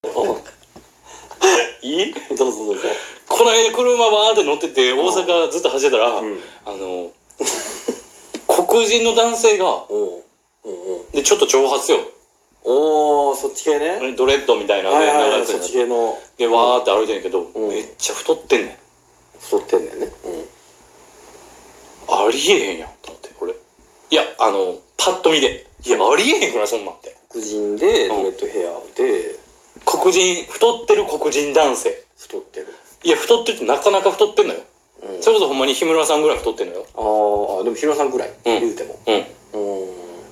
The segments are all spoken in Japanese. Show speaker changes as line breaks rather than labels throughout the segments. いい
どうぞどうぞ
この間車バーって乗ってて大阪ずっと走ってたら、
うん
あの黒人の男性が
おううんうん
でちょっと長髪よ
おーそっち系ねはい
ドレッドみたいな
はい
長
はいい
やつ
そっち系の
でわーって歩いてんやけど、
うん
めっちゃ太ってんねん
太ってんだよねうん
ありえへんやんと思って俺いやあのパッと見でいやありえへんくないそんなんって
黒人で
う
ド
ん
レッドヘアで
黒人太ってる黒人男性
太ってる
いや太ってるってなかなか太ってんのよ
うん
それこそほんまに日村さんぐらい太ってんのよ
あーあでもヒロさんぐらい言うても
うん
うん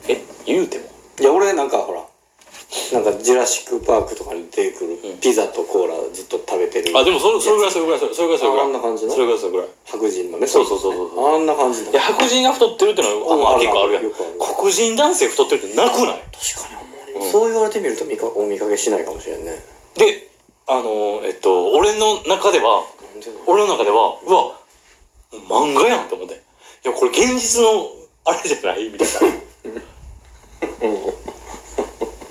え言うても
いや俺なんかほらなんかジュラシック・パークとかに出てくる
うん
ピザとコーラずっと食べてる
あでもそれそれぐらいそれぐらいそれぐらいそれぐらい
あんな感じの
それぐらいそれぐらい
白人のね
そうそうそうそう
あんな感じの
いや白人が太ってるってのは
う
あ
ん
結構あるやん
よくある
黒人男性太ってるってなくない
確かにあんま
う
り
ん
そう言われてみると見かお見かけしないかもしれんね
であのえっと俺の中では
なんでだろう
俺の中ではうわ漫画やんと思っていやこれ現実のあれじゃないみたいなっ
う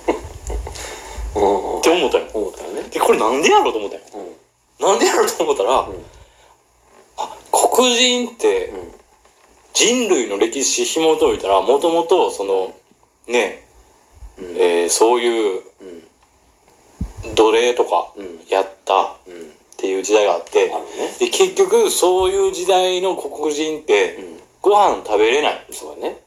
んうん
て思ったよ
思ったよね
でこれなんでやろうと思ったよ
うん
なんでやろうと思ったら、
ん
あ黒人って
うん
人類の歴史紐解いたらもともとそのね、
うん
えーそういう
うん
奴隷とか
うん
やったっ
うん
ていう時代があって、
あるね
で結局そういう時代の黒人って
うん
ご飯食べれない
そうだね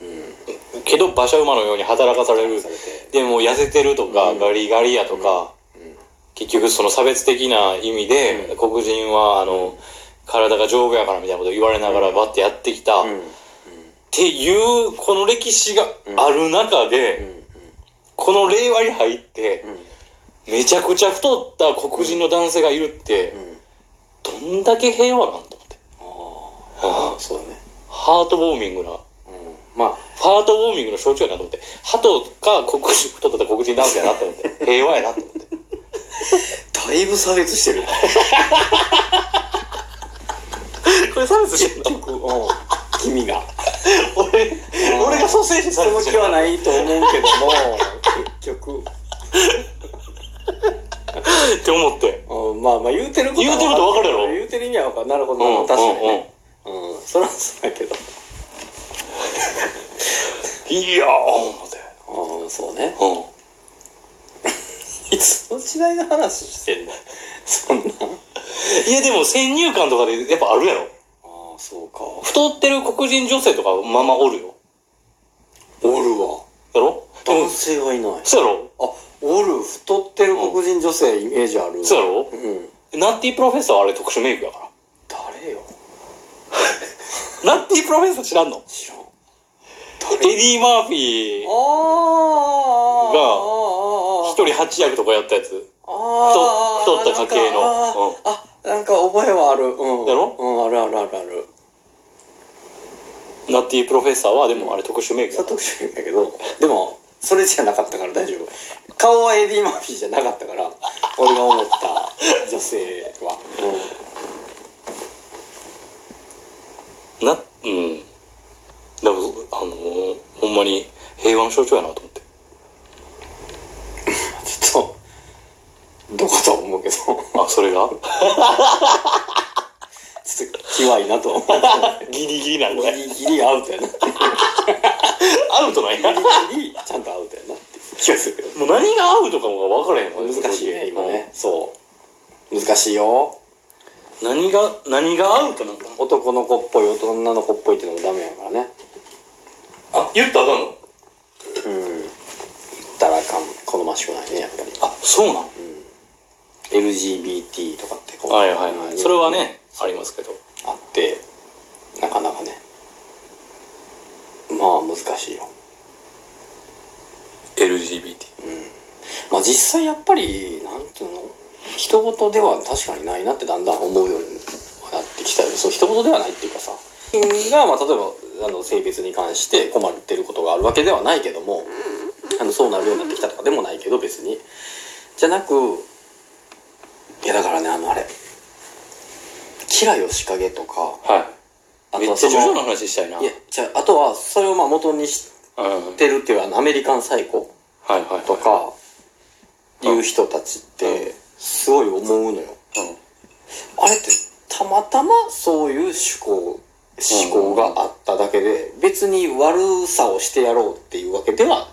うん
けど馬車馬のように働かされる
されて
でも痩せてるとか、
うん
ガリガリやとか、
うん
結局その差別的な意味で、
うん
黒人はあの体が丈夫やからみたいなこと言われながらバッてやってきた、
う
っ
ん
ていうこの歴史が
うん
ある中で、
うん
この令和に入って
う、ん
めちゃくちゃ太った黒人の男性がいるって
う、ん
どんだけ平和なんと思って
ああそうだね
ハートウォーミングな
うんまあ
ハートウォーミングの象徴やなと思って鳩か黒人太った黒人男性やなと思って平和やなと思って
だいぶ差別してる
これ差別してんの
うん君が
俺俺が蘇生して差
その
別して
気
んの
はないと思うけども結局
って思って。
うんまあまあ言うてることは
言うてることわかるやろ
言うてる意味は分かるなるほどな確かにねうんそりゃそうだけど
うんうん。いやー、思って。
うんそうね
う。
いつの時代の話してんのそんなん
いや、でも先入観とかでやっぱあるやろ。
ああそうか
太ってる黒人女性とかまあまあおるよ。
おるわ
やろでも
男、性はいない
そうやろ
あおる太ってる黒人女性イメージある
そうやろ
うん
ナッティープロフェッサーはあれ特殊メイクやか
誰よ
ら。ナッティープロフェッサー知らんの
知らん
エディ・マーフィー
あーあーあーあーあー
一人八役とかやったやつ。
あー
太った家系の
なんかあーあなんか覚えはあるうん
だろ
うんあるあるあるある
ナッティープロフェッサーはでもあれ特殊メイク
それ
や
は特殊だけどでもそれじゃなかったから大丈夫顔はエディ・マーフィーじゃなかったから俺が思った女性は、
な、うん。でも、あのー、ほんまに平和の象徴やなと思って。
ちょっとどことは思うけどちょ
あ、それが
っとキワいなとは思
ギリギリなん
う
だ
ギリギリアウトやなギ
アウトなんや。
リギリちゃんとアウトやなって気がするけど
もう何が合うとかも分からへんわ
難しいね今ねそう難しいよ
うん何が何が合うかなんか
男の子っぽい女の子っぽいってのもダメやからね
あ言ったらあかんの
うん言ったらあかん好ましくないねやっぱり
あそうなん
LGBT とかってこう
はいはいはいそれはねありますすけど
あってなかなかねまあ難しいよ
LGBT
まあ実際やっぱりなんていうの人事では確かにないなってだんだん思うようになってきたよそう人事ではないっていうかさが、まあ、例えばあの性別に関して困ってることがあるわけではないけどもあのそうなるようになってきたとかでもないけど別にじゃなくいやだからねあのあれ「キラヨシカゲ」とか
はい
あ
め
と
っ
は
ち
そ
ゃ
の
徐々の話したいない
やじゃああとはそれをまあ元にし
うんはい
てるっていうあのアメリカンサイコ
はい
とか、いう人たちってすごい思うのよ。
うん
あれってたまたまそういう思考思考があっただけで別に悪さをしてやろうっていうわけでは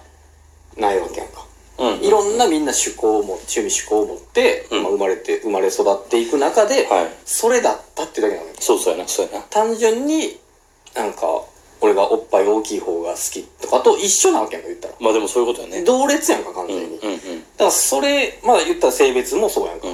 ないわけやんか。
うん
いろんなみんな趣向を持趣味趣向を持って、
うん
まあ、生まれて生まれ育っていく中で、
はい
それだったってだけなのよ
そうそうやなそうやな
単純になんか俺がおっぱい大きい方が好きとかと一緒なわけやんか言ったら、
まあでもそういうことやね
同列やんか完
うんうん
全に、だ
うん
からそれまあ言ったら性別もそうやんか、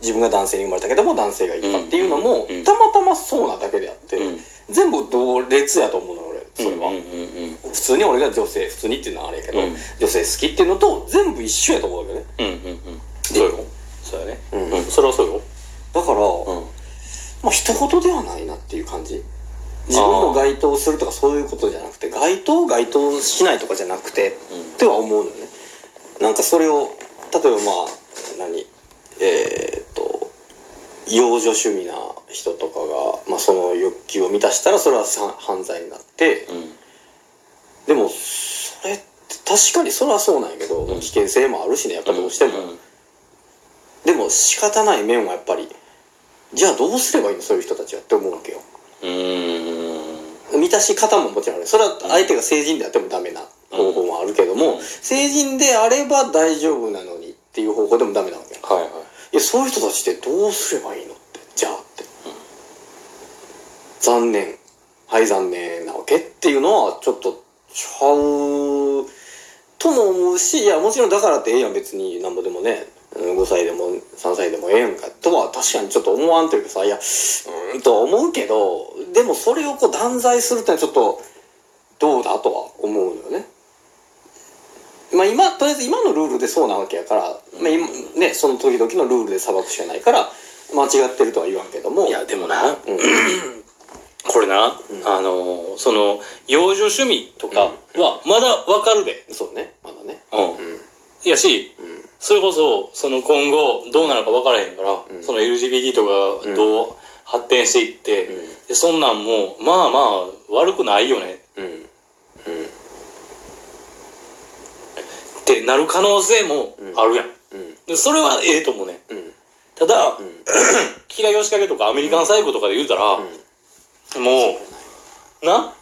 自分が男性に生まれたけども男性がいたっていうのも、
うんうん
たまたまそうなだけであって、
うん
全部同列やと思うのよ俺それは、
うんうんうん
普通に俺が女性普通にっていうのはあれやけど、
うん
女性好きっていうのと全部一緒やと思うわけね
うんうんうんそうよそうやね
うん
うんそれはそうよ
だから、
うん
まあ一言ではないなっていう感じ自分も該当するとかそういうことじゃなくて該当該当しないとかじゃなくて、
うん
っては思うのよねなんかそれを例えばまあ何えーっと幼女趣味な人とかが、まあ、その欲求を満たしたらそれはさ犯罪になって
うん
でもそれって確かにそれはそうなんやけど、
うん
危険性もあるしねやっぱどうしても、
うん
でも仕方ない面はやっぱりじゃあどうすればいいのそういう人たちはって思うわけよ
うーん
満たし方ももちろんあるそれは相手が成人であってもダメな方法もあるけども、
うん
成人であれば大丈夫なのにっていう方法でもダメなわけよ
はいはい
いやそういう人たちってどうすればいいのってじゃあって、残念はい残念なわけっていうのはちょっとちゃうとも思うしいやもちろんだからってええやん別になんぼでもねうん5歳でも3歳でもええやんかとは確かにちょっと思わんというかさいやうーんとは思うけどでもそれをこう断罪するってのはちょっとどうだとは思うのよね。まあ今、とりあえず今のルールでそうなわけやから、まあ今ね、その時々のルールで裁くしかないから、間違ってるとは言わんけども。
いやでもな
うん、
これな、
うん
あのーその幼女趣味とかはまだわかるで、
そうね、まだね。
うん
うん。
いやしそれこそその今後どうなるか分からへんから、
うん
その LGBT とかがどう発展していって、
うん
でそんなんもまあまあ悪くないよね
うん。うん。
ってなる可能性もあるやん、
うん。
でそれはええと思うねん
うん。
ただ、
うん。
キラヨシカゲとかアメリカンサイコとかで言うたら、
うん。
もうな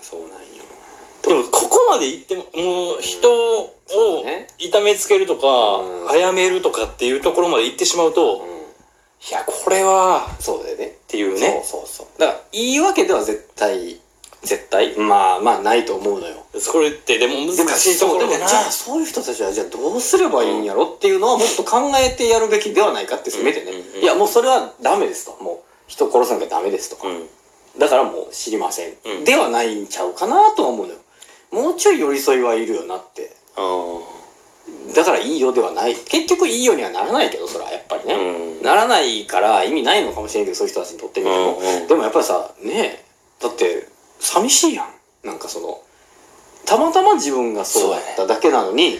そうなんよ。
でもここまで行ってももう人を
そうね
痛めつけるとか、
うん
殺めるとかっていうところまで行ってしまうと、い
うん。
やこれはっ
そうだよね。
ていうね
そうそうそう。だから、言い訳では絶対、絶対、まあまあないと思うのよ。
それってでも難しいとこ
で
ろで
も
な
じゃあそういう人たちはじゃあどうすればいいんやろっていうのはもっと考えてやるべきではないかってせめてね、
うんうんうん
いやもうそれはダメですともう人殺さなきゃダメですとか、
うん
だからもう知りません、
うん
ではないんちゃうかなとは思うのよもうちょい寄り添いはいるよなってだからいいよではない結局いいよにはならないけどそれはやっぱりね、
うん
ならないから意味ないのかもしれんけどそういう人たちにとってみても、
うんうん
でもやっぱりさねえだって寂しいやんなんかそのたまたま自分がそうだっただけなのに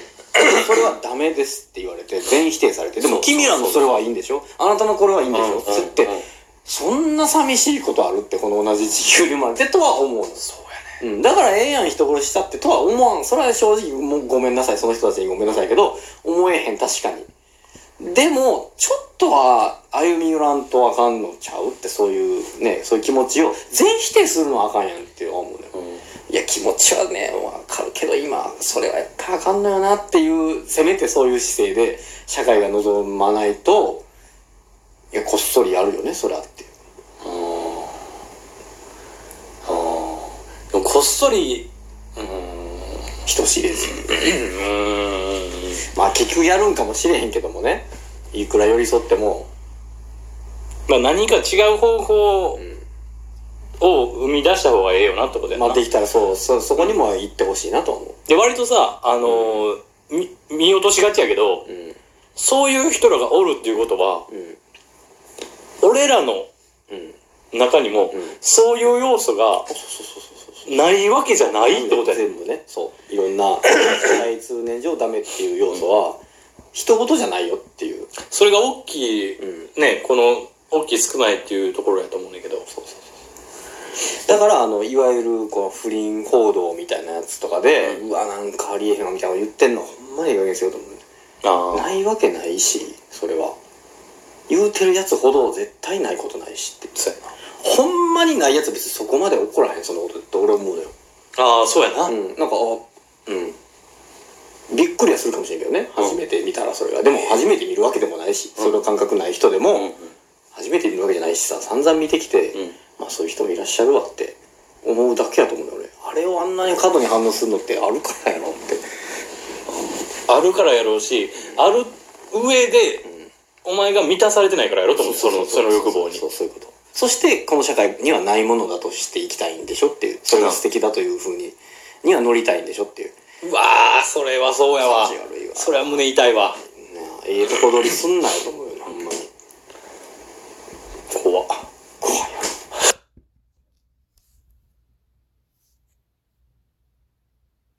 それはダメですって言われて全否定されてでも
そうそうそう
君らのそれはいいんでしょあなたのこれはいいんでしょ
うんうんうん
つってそんな寂しいことあるってこの同じ地球に生まれてとは思うの
そう
うん、だからええやん人殺したってとは思わんそれは正直もうごめんなさいその人たちにごめんなさいやけど思えへん確かにでもちょっとは歩み寄らんとあかんのちゃうってそういうねそういう気持ちを全否定するのはあかんやんって思うのよ
やね
いや気持ちはねわかるけど今それはやっぱあかんのよなっていうせめてそういう姿勢で社会が望まないといやこっそりやるよねそれはっていう
うんあーでもこっそりうーん
人知れず
うーん
まあ結局やるんかもしれへんけどもねいくら寄り添っても、
まあ何か違う方法を生み出した方がええよなってことや
ま
な、
あできたらそうそそこにも行ってほしいなとは思
で割とさあのーみ見落としがちやけど
ううん
そういう人らがおるっていうことは
うん
俺らの
うん
中にも、
うん
そういう要素がないわけじゃないってことやね
全部ねそういろんな 社会通念上ダメっていう要素は人事じゃないよっていう
それが大きい、
う
ねこの大きい少ないっていうところやと思うねんだけど
だからあのいわゆるこの不倫報道みたいなやつとかで、うわなんかありえへんわみたいなの言ってんのほんまにいい加減にせよと思う
あ
ないわけないしそれは言うてるやつほど絶対ないことないしって
そうやな
ほんまにないやつ別にそこまで怒らへんそのことって俺思うのよ
ああそうやな、
う
うん
んなんかあうんびっくりはするかもしれんけどね初めて見たらそれがでも初めて見るわけでもないしそれの感覚ない人でも初めて見るわけじゃないしさ散々見てきて、
うん
まあそういう人もいらっしゃるわって思うだけやと思うんだよ俺あれをあんなに過度に反応するのってあるからやろって
あるからやろうしある上で、お前が満たされてないからやろうと思うそのその欲望に
そうそういうことそしてこの社会にはないものだとしていきたいんでしょっていうそれが素敵だというふうにには乗りたいんでしょっていう
うわーそれはそうやわ
感じ悪いわ
それは胸痛いわ
なあええとこ取りすんなよと思